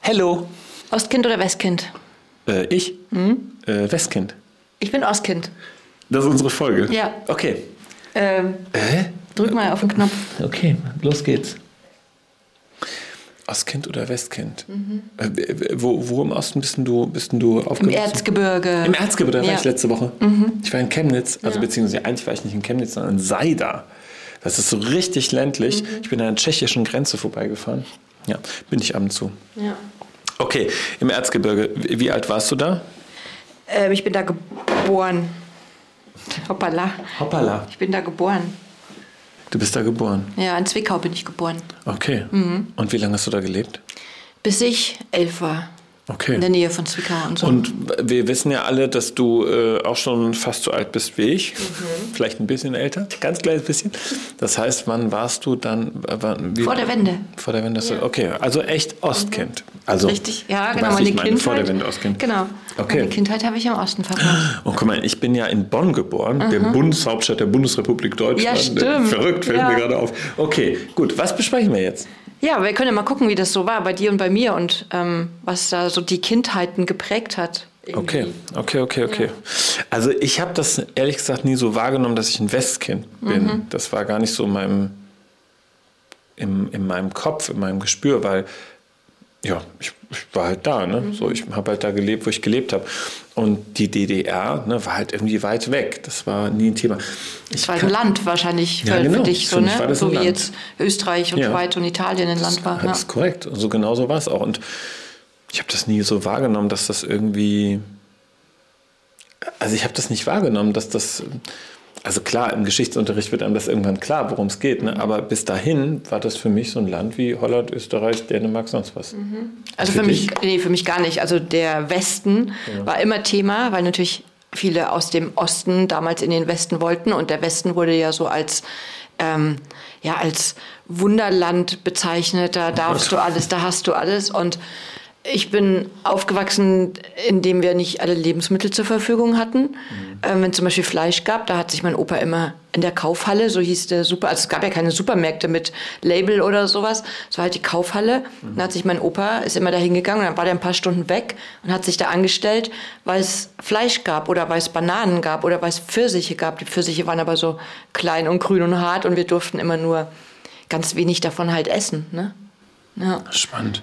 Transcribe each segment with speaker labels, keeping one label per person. Speaker 1: Hello.
Speaker 2: Ostkind oder Westkind?
Speaker 1: Äh, ich?
Speaker 2: Hm?
Speaker 1: Äh, Westkind.
Speaker 2: Ich bin Ostkind.
Speaker 1: Das ist unsere Folge.
Speaker 2: Ja.
Speaker 1: Okay. Äh?
Speaker 2: Ähm, Drück mal auf den Knopf.
Speaker 1: Okay, los geht's. Ostkind oder Westkind? Äh, w- wo, wo im Osten bist denn du, bist denn du
Speaker 2: Mhm. Im
Speaker 1: aufgewachsen?
Speaker 2: Erzgebirge.
Speaker 1: Im Erzgebirge, da war
Speaker 2: Ja. Mhm.
Speaker 1: ich letzte Woche. Ich war in Chemnitz, also beziehungsweise eigentlich war ich nicht in Chemnitz, sondern in Seida. Das ist so richtig ländlich.
Speaker 2: Mhm.
Speaker 1: Ich bin an der tschechischen Grenze vorbeigefahren. Ja, bin ich ab und zu.
Speaker 2: Ja.
Speaker 1: Okay, im Erzgebirge. Wie wie alt warst du da?
Speaker 2: Ähm, ich bin da geboren. Hoppala.
Speaker 1: Hoppala.
Speaker 2: Ich bin da geboren.
Speaker 1: Du bist da geboren.
Speaker 2: Ja, in Zwickau bin ich geboren.
Speaker 1: Okay.
Speaker 2: Mhm.
Speaker 1: Und wie lange hast du da gelebt?
Speaker 2: Bis ich elf war.
Speaker 1: Okay.
Speaker 2: In der Nähe von Zwickau und so.
Speaker 1: Und wir wissen ja alle, dass du äh, auch schon fast so alt bist wie ich.
Speaker 2: Mhm.
Speaker 1: Vielleicht ein bisschen älter, ganz kleines bisschen. Das heißt, wann warst du dann? äh, wann, wie,
Speaker 2: Vor der Wende. Mhm.
Speaker 1: Vor der Wende. hast du- Okay, also echt Ostkind. Also,
Speaker 2: Richtig, ja,
Speaker 1: du
Speaker 2: genau.
Speaker 1: weißt, wie
Speaker 2: Meine
Speaker 1: ich meine,
Speaker 2: Kindheit.
Speaker 1: Vor der Wende Ostkind.
Speaker 2: Genau.
Speaker 1: Okay.
Speaker 2: Meine Kindheit habe ich im Osten verbracht.
Speaker 1: Und guck mal, ich bin ja in Bonn geboren, der Bundeshauptstadt der Bundesrepublik Deutschland.
Speaker 2: Mhm. Ja, stimmt.
Speaker 1: Verrückt, fällt
Speaker 2: Ja.
Speaker 1: mir gerade auf. Okay, gut, was besprechen wir jetzt?
Speaker 2: Ja, wir können ja mal gucken, wie das so war bei dir und bei mir und ähm, was da so die Kindheiten geprägt hat. irgendwie.
Speaker 1: Okay, okay, okay, okay. Also ich habe das ehrlich gesagt nie so wahrgenommen, dass ich ein Westkind bin. Das war gar nicht so in meinem, im, in meinem Kopf, in meinem Gespür, weil ja, ich, ich war halt da, ne? So, ich habe halt da gelebt, wo ich gelebt habe. Und die DDR ne, war halt irgendwie weit weg. Das war nie ein Thema. Ich
Speaker 2: Das war ein
Speaker 1: kann-
Speaker 2: Land wahrscheinlich für,
Speaker 1: Ja, genau.
Speaker 2: für dich, so,
Speaker 1: Für mich war
Speaker 2: ne?
Speaker 1: das
Speaker 2: so
Speaker 1: ein
Speaker 2: wie
Speaker 1: Land.
Speaker 2: jetzt Österreich und
Speaker 1: Ja.
Speaker 2: Schweiz und Italien ein Land war.
Speaker 1: Das
Speaker 2: Ja.
Speaker 1: ist korrekt. Also genau so war es auch. Und ich habe das nie so wahrgenommen, dass das irgendwie. Also ich habe das nicht wahrgenommen, dass das. Also klar, im Geschichtsunterricht wird einem das irgendwann klar, worum es geht.
Speaker 2: Mhm.
Speaker 1: Ne? Aber bis dahin war das für mich so ein Land wie Holland, Österreich, Dänemark, sonst was.
Speaker 2: Also
Speaker 1: Für
Speaker 2: für mich,
Speaker 1: dich?
Speaker 2: nee, für mich gar nicht. Also der Westen war immer Thema, weil natürlich viele aus dem Osten damals in den Westen wollten und der Westen wurde ja so als ähm, ja als Wunderland bezeichnet. Da darfst du alles, da hast du alles und ich bin aufgewachsen, indem wir nicht alle Lebensmittel zur Verfügung hatten. Ähm, wenn es zum Beispiel Fleisch gab, da hat sich mein Opa immer in der Kaufhalle, so hieß der Super, also es gab ja keine Supermärkte mit Label oder sowas, es war halt die Kaufhalle. Und Dann hat sich mein Opa, ist immer da hingegangen, dann war der ein paar Stunden weg und hat sich da angestellt, weil es Fleisch gab oder weil es Bananen gab oder weil es Pfirsiche gab. Die Pfirsiche waren aber so klein und grün und hart und wir durften immer nur ganz wenig davon halt essen. Ne? Ja.
Speaker 1: Spannend.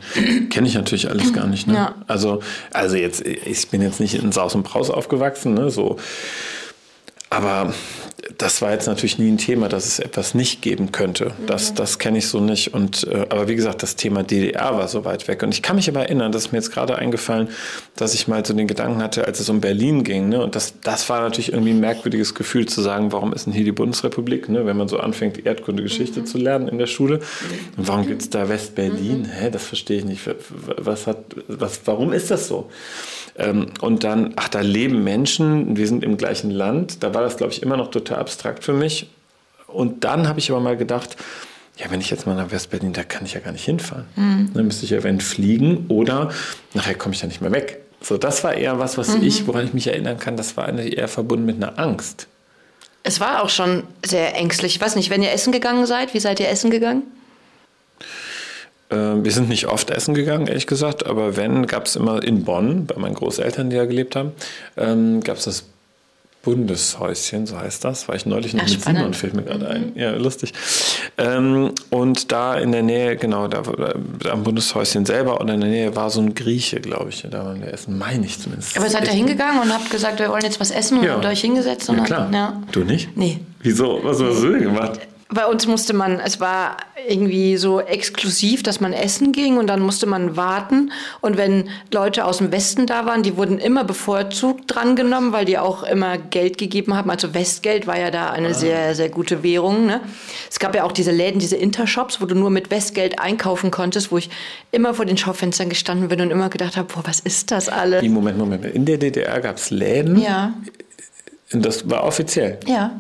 Speaker 1: Kenne ich natürlich alles gar nicht. Ne?
Speaker 2: Ja.
Speaker 1: Also, also jetzt, ich bin jetzt nicht in Saus und Braus aufgewachsen, ne? so. Aber das war jetzt natürlich nie ein Thema, dass es etwas nicht geben könnte. Das, das kenne ich so nicht. Und, äh, aber wie gesagt, das Thema DDR war so weit weg. Und ich kann mich aber erinnern, das ist mir jetzt gerade eingefallen, dass ich mal so den Gedanken hatte, als es um Berlin ging. Ne? Und das, das war natürlich irgendwie ein merkwürdiges Gefühl zu sagen, warum ist denn hier die Bundesrepublik, ne? wenn man so anfängt, Erdkunde, Geschichte zu lernen in der Schule. Und warum gibt es da West-Berlin? Hä, das verstehe ich nicht. Was hat, was, warum ist das so? Ähm, und dann, ach, da leben Menschen, wir sind im gleichen Land. Da war das, glaube ich, immer noch total abstrakt für mich. Und dann habe ich aber mal gedacht, ja, wenn ich jetzt mal nach Westberlin, da kann ich ja gar nicht hinfahren. Dann müsste ich ja wenn fliegen oder nachher komme ich da nicht mehr weg. So, das war eher was, was ich, woran ich mich erinnern kann, das war eigentlich eher verbunden mit einer Angst.
Speaker 2: Es war auch schon sehr ängstlich. Ich weiß nicht, wenn ihr essen gegangen seid, wie seid ihr essen gegangen?
Speaker 1: Ähm, wir sind nicht oft essen gegangen, ehrlich gesagt, aber wenn, gab es immer in Bonn, bei meinen Großeltern, die da gelebt haben, ähm, gab es das Bundeshäuschen, so heißt das. War ich neulich noch
Speaker 2: Ach,
Speaker 1: mit
Speaker 2: spannend.
Speaker 1: Simon,
Speaker 2: Mhm.
Speaker 1: fällt mir gerade ein. Ja, lustig. Ähm, und da in der Nähe, genau, da, da am Bundeshäuschen selber und in der Nähe war so ein Grieche, glaube ich. Da waren wir essen, meine ich zumindest.
Speaker 2: Aber ihr seid da
Speaker 1: Echt?
Speaker 2: hingegangen und habt gesagt, wir wollen jetzt was essen und
Speaker 1: Ja.
Speaker 2: habt euch hingesetzt. Und
Speaker 1: Ja, klar.
Speaker 2: dann- Ja.
Speaker 1: Du nicht?
Speaker 2: Nee.
Speaker 1: Wieso? Was hast du denn gemacht?
Speaker 2: Bei uns musste man, es war irgendwie so exklusiv, dass man essen ging und dann musste man warten. Und wenn Leute aus dem Westen da waren, die wurden immer bevorzugt drangenommen, weil die auch immer Geld gegeben haben. Also Westgeld war ja da
Speaker 1: Ah.
Speaker 2: eine sehr, sehr gute Währung. Ne? Es gab ja auch diese Läden, diese Intershops, wo du nur mit Westgeld einkaufen konntest, wo ich immer vor den Schaufenstern gestanden bin und immer gedacht habe, boah, was ist das alles?
Speaker 1: Nee, Moment, Moment. In der DDR gab es Läden.
Speaker 2: Ja,
Speaker 1: Und das war offiziell.
Speaker 2: ja.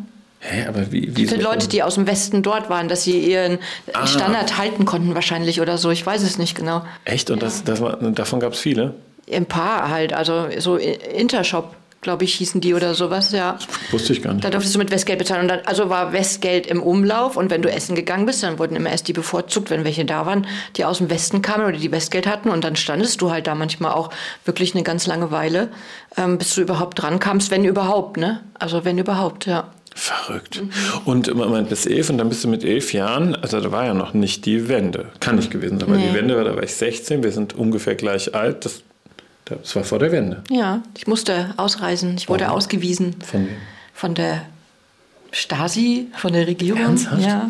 Speaker 1: Hä, aber wie? wie
Speaker 2: Für Leute, die aus dem Westen dort waren, dass sie ihren Standard halten konnten wahrscheinlich oder so. Ich weiß es nicht genau.
Speaker 1: Echt? Und das, das war, davon gab es viele?
Speaker 2: Ein paar halt, also so I- Intershop. glaube ich, hießen die oder sowas, ja.
Speaker 1: Wusste ich gar nicht.
Speaker 2: Da durftest du mit Westgeld bezahlen. Und dann, also war Westgeld im Umlauf und wenn du essen gegangen bist, dann wurden immer erst die bevorzugt, wenn welche da waren, die aus dem Westen kamen oder die Westgeld hatten. Und dann standest du halt da manchmal auch wirklich eine ganz lange Weile, ähm, bis du überhaupt dran kamst, wenn überhaupt, ne? Also wenn überhaupt, ja.
Speaker 1: Verrückt.
Speaker 2: Mhm.
Speaker 1: Und im Moment bis elf und dann bist du mit elf Jahren, also da war ja noch nicht die Wende. Kann nicht gewesen sein, weil die Wende war, da war ich 16, wir sind ungefähr gleich alt. Das, das war vor der Wende.
Speaker 2: Ja, ich musste ausreisen. Ich wurde
Speaker 1: Warum?
Speaker 2: ausgewiesen
Speaker 1: Oh. Von wem?
Speaker 2: von der Stasi, von der Regierung.
Speaker 1: Ernsthaft?
Speaker 2: Ja.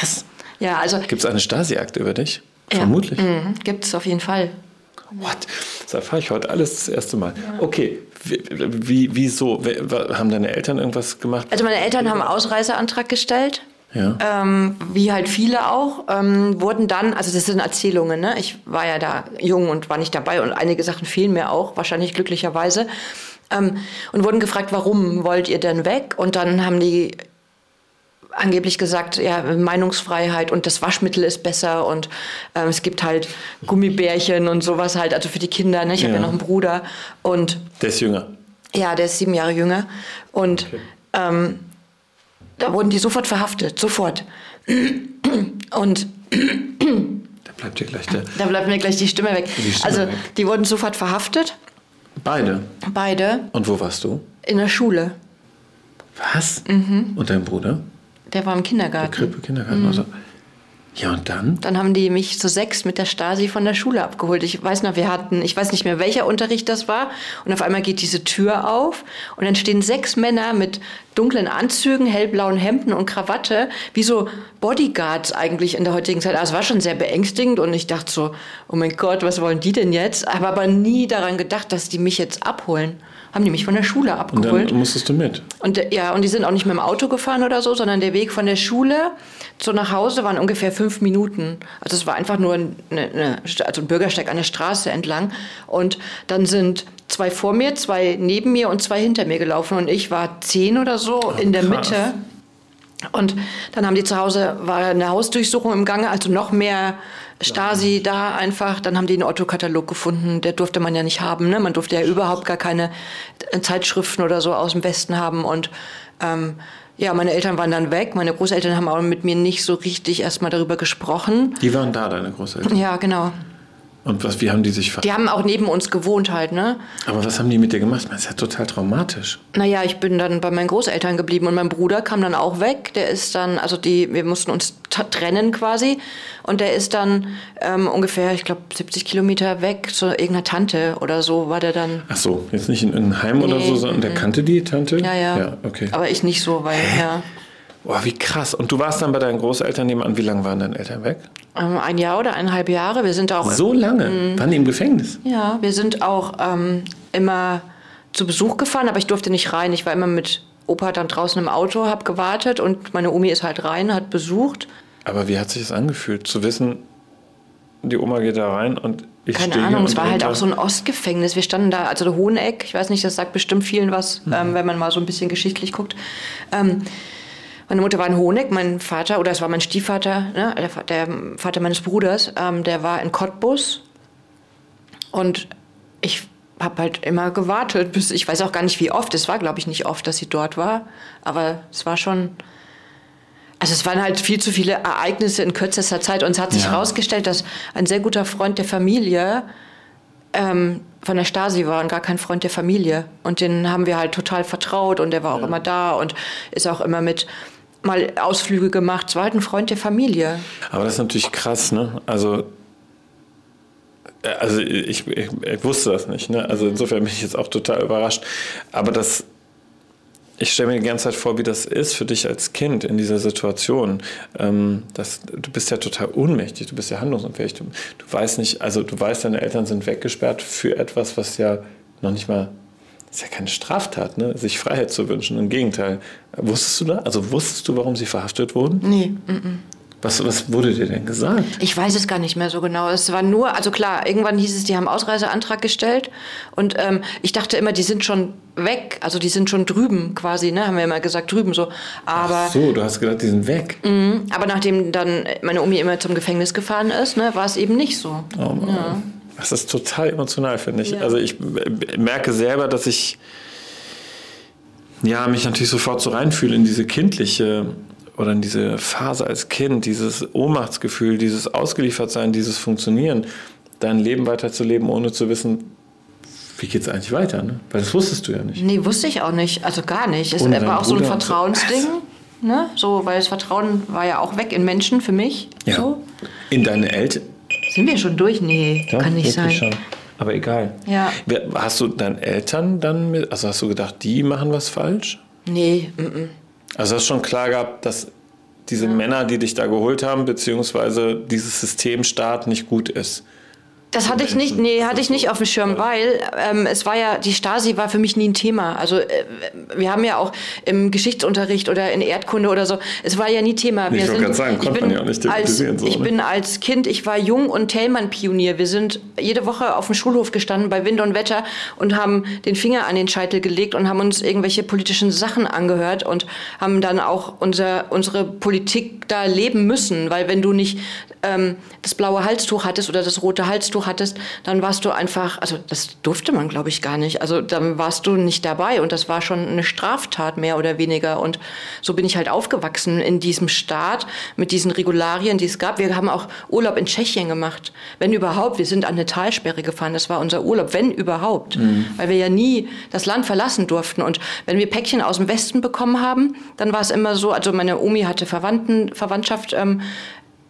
Speaker 1: Was?
Speaker 2: ja, also
Speaker 1: Gibt es eine Stasi-Akte über dich?
Speaker 2: Ja.
Speaker 1: Vermutlich.
Speaker 2: Mhm, gibt es auf jeden Fall.
Speaker 1: What? Das erfahre ich heute alles das erste Mal. Okay, wie, wie, wieso? Wer- wa- Haben deine Eltern irgendwas gemacht?
Speaker 2: Also meine Eltern haben einen Ausreiseantrag gestellt.
Speaker 1: ja.
Speaker 2: Ähm, wie halt viele auch, ähm, wurden dann, also das sind Erzählungen, ne? ich war ja da jung und war nicht dabei und einige Sachen fehlen mir auch, wahrscheinlich glücklicherweise, ähm, und wurden gefragt, warum wollt ihr denn weg? Und dann haben die angeblich gesagt, ja, Meinungsfreiheit und das Waschmittel ist besser und ähm, es gibt halt Gummibärchen und sowas halt, also für die Kinder, ne? ich habe
Speaker 1: Ja.
Speaker 2: ja noch einen Bruder und
Speaker 1: Der ist jünger.
Speaker 2: ja, der ist sieben Jahre jünger. Und ähm, da wurden die sofort verhaftet, sofort. Und
Speaker 1: Da bleibt dir gleich der.
Speaker 2: da bleibt mir gleich die Stimme weg.
Speaker 1: Die Stimme
Speaker 2: also
Speaker 1: weg.
Speaker 2: die wurden sofort verhaftet,
Speaker 1: Beide.
Speaker 2: beide
Speaker 1: Und wo warst du?
Speaker 2: in der Schule.
Speaker 1: Was?
Speaker 2: Mhm.
Speaker 1: Und dein Bruder?
Speaker 2: Der war im Kindergarten.
Speaker 1: Krippe, Kindergarten oder so.
Speaker 2: Mhm.
Speaker 1: Ja, und dann?
Speaker 2: Dann haben die mich zu sechs mit der Stasi von der Schule abgeholt. Ich weiß noch, wir hatten, ich weiß nicht mehr, welcher Unterricht das war. Und auf einmal geht diese Tür auf und dann stehen sechs Männer mit dunklen Anzügen, hellblauen Hemden und Krawatte, wie so Bodyguards eigentlich in der heutigen Zeit. Also es war schon sehr beängstigend und ich dachte so, oh mein Gott, was wollen die denn jetzt? Habe aber nie daran gedacht, dass die mich jetzt abholen. Haben die mich von der Schule
Speaker 1: Und
Speaker 2: abgeholt.
Speaker 1: dann musstest du mit.
Speaker 2: Und äh, ja, und die sind auch nicht mit dem Auto gefahren oder so, sondern der Weg von der Schule zu nach Hause waren ungefähr fünf Minuten. Also es war einfach nur ein- eine, eine, St- also ein Bürgersteig an der Straße entlang. Und dann sind zwei vor mir, zwei neben mir und zwei hinter mir gelaufen. Und ich war zehn oder so in der
Speaker 1: krass.
Speaker 2: Mitte. Und dann haben die zu Hause, war eine Hausdurchsuchung im Gange, also noch mehr Stasi da einfach. Dann haben die einen Otto-Katalog gefunden, der durfte man ja nicht haben. Ne? Man durfte ja überhaupt gar keine äh, Zeitschriften oder so aus dem Westen haben. Und ähm, ja, meine Eltern waren dann weg. Meine Großeltern haben auch mit mir nicht so richtig erstmal darüber gesprochen.
Speaker 1: Die waren da, deine Großeltern.
Speaker 2: Ja, genau.
Speaker 1: Und was, wie haben die sich ver
Speaker 2: Die haben auch neben uns gewohnt halt, ne?
Speaker 1: Aber was haben die mit dir gemacht? Ich meine, Das ist ja total traumatisch.
Speaker 2: Naja, ich bin dann bei meinen Großeltern geblieben und mein Bruder kam dann auch weg. Der ist dann, also die, wir mussten uns t- trennen quasi. Und der ist dann ähm, ungefähr, ich glaube, 70 Kilometer weg zu irgendeiner Tante oder so war der dann.
Speaker 1: Ach so, jetzt nicht in irgendeinem Heim oder so, sondern der kannte die Tante?
Speaker 2: mhm. Ja, ja.
Speaker 1: Ja, okay.
Speaker 2: Aber ich nicht so, weil, ja,
Speaker 1: Boah, wie krass. Und du warst dann bei deinen Großeltern nebenan. Wie lange waren deine Eltern weg?
Speaker 2: ähm, ein Jahr oder eineinhalb Jahre. Wir sind auch,
Speaker 1: So lange?
Speaker 2: Mhm.
Speaker 1: Waren die im Gefängnis?
Speaker 2: ja, wir sind auch ähm, immer zu Besuch gefahren, aber ich durfte nicht rein. Ich war immer mit Opa dann draußen im Auto, hab gewartet und meine Omi ist halt rein, hat besucht.
Speaker 1: Aber wie hat sich das angefühlt, zu wissen, die Oma geht da rein und ich
Speaker 2: Keine
Speaker 1: stehe
Speaker 2: Ahnung,
Speaker 1: hier
Speaker 2: es
Speaker 1: und
Speaker 2: war halt auch so
Speaker 1: irgendwann-
Speaker 2: ein Ostgefängnis. Wir standen da, also der Hoheneck, ich weiß nicht, das sagt bestimmt vielen was,
Speaker 1: Mhm.
Speaker 2: ähm, wenn man mal so ein bisschen geschichtlich guckt. Ähm, meine Mutter war in Hoheneck, mein Vater, oder es war mein Stiefvater, ne, der, Fa- der Vater meines Bruders, ähm, der war in Cottbus. Und ich habe halt immer gewartet, bis ich weiß auch gar nicht, wie oft. Es war, glaube ich, nicht oft, dass sie dort war, aber es war schon. Also es waren halt viel zu viele Ereignisse in kürzester Zeit und es hat sich
Speaker 1: Ja.
Speaker 2: herausgestellt, dass ein sehr guter Freund der Familie ähm, von der Stasi war und gar kein Freund der Familie. Und den haben wir halt total vertraut und der war auch immer da und ist auch immer mit mal Ausflüge gemacht. Es war halt ein Freund der Familie.
Speaker 1: Aber das ist natürlich krass, ne? Also, äh, also ich, ich, ich wusste das nicht, ne? Also insofern bin ich jetzt auch total überrascht. Aber das, ich stelle mir die ganze Zeit vor, wie das ist für dich als Kind in dieser Situation. Ähm, das, du bist ja total ohnmächtig, du bist ja handlungsunfähig. Du, du weißt nicht, also du weißt, deine Eltern sind weggesperrt für etwas, was ja noch nicht mal. Ist ja keine Straftat, ne? sich Freiheit zu wünschen. Im Gegenteil. Wusstest du da? Also wusstest du, warum sie verhaftet wurden?
Speaker 2: Nee,
Speaker 1: Was, was wurde dir denn gesagt?
Speaker 2: Ich weiß es gar nicht mehr so genau. Es war nur, also klar, irgendwann hieß es, die haben Ausreiseantrag gestellt. Und ähm, ich dachte immer, die sind schon weg. Also die sind schon drüben quasi, ne? Haben wir immer gesagt, drüben so. Aber, Mhm, mm,
Speaker 1: Ach so, du hast gedacht, die sind weg.
Speaker 2: aber nachdem dann meine Omi immer zum Gefängnis gefahren ist, ne, war es eben nicht so.
Speaker 1: Oh Mann. äh, Das ist total emotional, finde ich. Also ich merke selber, dass ich ja, mich natürlich sofort so reinfühle in diese kindliche oder in diese Phase als Kind, dieses Ohnmachtsgefühl, dieses Ausgeliefertsein, dieses Funktionieren, dein Leben weiterzuleben, ohne zu wissen, wie geht's eigentlich weiter, ne? Weil das wusstest du ja nicht.
Speaker 2: Nee, wusste ich auch nicht. Also gar nicht. Es
Speaker 1: Und Oh, dein
Speaker 2: war auch so ein
Speaker 1: Bruder und so.
Speaker 2: Vertrauensding. Ne? So, weil das Vertrauen war ja auch weg in Menschen für mich.
Speaker 1: Ja.
Speaker 2: So.
Speaker 1: In deine Eltern?
Speaker 2: Sind wir schon durch? Nee,
Speaker 1: Ja,
Speaker 2: kann nicht sein.
Speaker 1: wirklich schon. Aber egal.
Speaker 2: Ja.
Speaker 1: Wer- Hast du deinen Eltern dann mit, also hast du gedacht, die machen was falsch?
Speaker 2: Nee, mm, mm.
Speaker 1: Also hast du schon klar gehabt, dass diese Männer, die dich da geholt haben, beziehungsweise dieses System Staat nicht gut ist.
Speaker 2: das hatte ich nicht, nee, hatte ich nicht auf dem Schirm, weil ähm, es war ja, die Stasi war für mich nie ein Thema. Also äh, wir haben ja auch im Geschichtsunterricht oder in Erdkunde oder so, es war ja nie Thema. Wir
Speaker 1: wollte
Speaker 2: sind,
Speaker 1: gerade sagen,
Speaker 2: ich
Speaker 1: konnte
Speaker 2: bin
Speaker 1: man ja auch nicht thematisieren,
Speaker 2: Als,
Speaker 1: so,
Speaker 2: ich
Speaker 1: ne?
Speaker 2: bin als Kind, ich war jung und Tellmann-Pionier. Wir sind jede Woche auf dem Schulhof gestanden bei Wind und Wetter und haben den Finger an den Scheitel gelegt und haben uns irgendwelche politischen Sachen angehört und haben dann auch unser, unsere Politik da leben müssen, weil wenn du nicht ähm, das blaue Halstuch hattest oder das rote Halstuch hattest, dann warst du einfach, also das durfte man glaube ich gar nicht, also dann warst du nicht dabei und das war schon eine Straftat mehr oder weniger und so bin ich halt aufgewachsen in diesem Staat mit diesen Regularien, die es gab. Wir haben auch Urlaub in Tschechien gemacht, wenn überhaupt. Wir sind an eine Talsperre gefahren, das war unser Urlaub, wenn überhaupt, weil wir ja nie das Land verlassen durften und wenn wir Päckchen aus dem Westen bekommen haben, dann war es immer so, also meine Omi hatte Verwandten, Verwandtschaft ähm,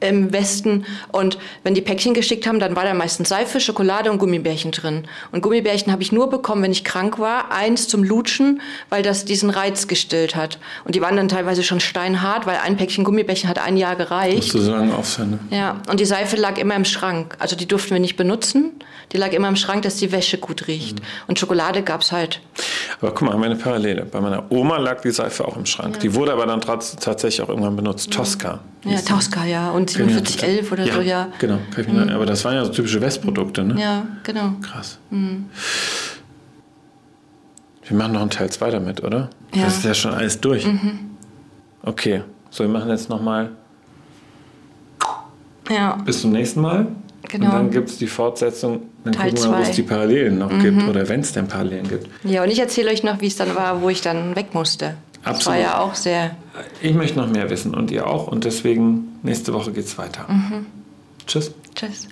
Speaker 2: im Westen. Und wenn die Päckchen geschickt haben, dann war da meistens Seife, Schokolade und Gummibärchen drin. Und Gummibärchen habe ich nur bekommen, wenn ich krank war. Eins zum Lutschen, weil das diesen Reiz gestillt hat. Und die waren dann teilweise schon steinhart, weil ein Päckchen Gummibärchen hat ein Jahr gereicht.
Speaker 1: Musst du so lange aufhören. ne?
Speaker 2: Ja, und die Seife lag immer im Schrank. Also die durften wir nicht benutzen. Die lag immer im Schrank, dass die Wäsche gut riecht. Und Schokolade gab's halt.
Speaker 1: Aber guck mal, haben wir eine Parallele. Bei meiner Oma lag die Seife auch im Schrank. Die wurde aber dann trotz- tatsächlich auch irgendwann benutzt. Tosca.
Speaker 2: Ja,
Speaker 1: hieß die.
Speaker 2: Tauska, ja. Und
Speaker 1: Kann ich mich
Speaker 2: 4711 oder
Speaker 1: ja,
Speaker 2: so, Genau. ja. Mhm.
Speaker 1: Genau, kann ich mich erinnern. aber das waren ja so typische Westprodukte, ne?
Speaker 2: Ja, genau.
Speaker 1: Krass. Wir machen noch einen Teil 2 damit, oder?
Speaker 2: Ja. Mhm.
Speaker 1: Das ist ja schon alles durch. Okay, so wir machen jetzt nochmal
Speaker 2: Ja.
Speaker 1: bis zum nächsten Mal.
Speaker 2: Genau.
Speaker 1: Und dann gibt es die Fortsetzung. Dann
Speaker 2: Teil
Speaker 1: gucken wir mal, wo
Speaker 2: zwei. Mhm.
Speaker 1: es die Parallelen noch gibt oder wenn es denn Parallelen gibt.
Speaker 2: Ja, und ich erzähle euch noch, wie es dann war, wo ich dann weg musste. Das war
Speaker 1: Absolut.
Speaker 2: ja auch sehr.
Speaker 1: Ich
Speaker 2: Mhm.
Speaker 1: möchte noch mehr wissen und ihr auch. Und deswegen, nächste Woche geht's weiter. Tschüss.
Speaker 2: Tschüss.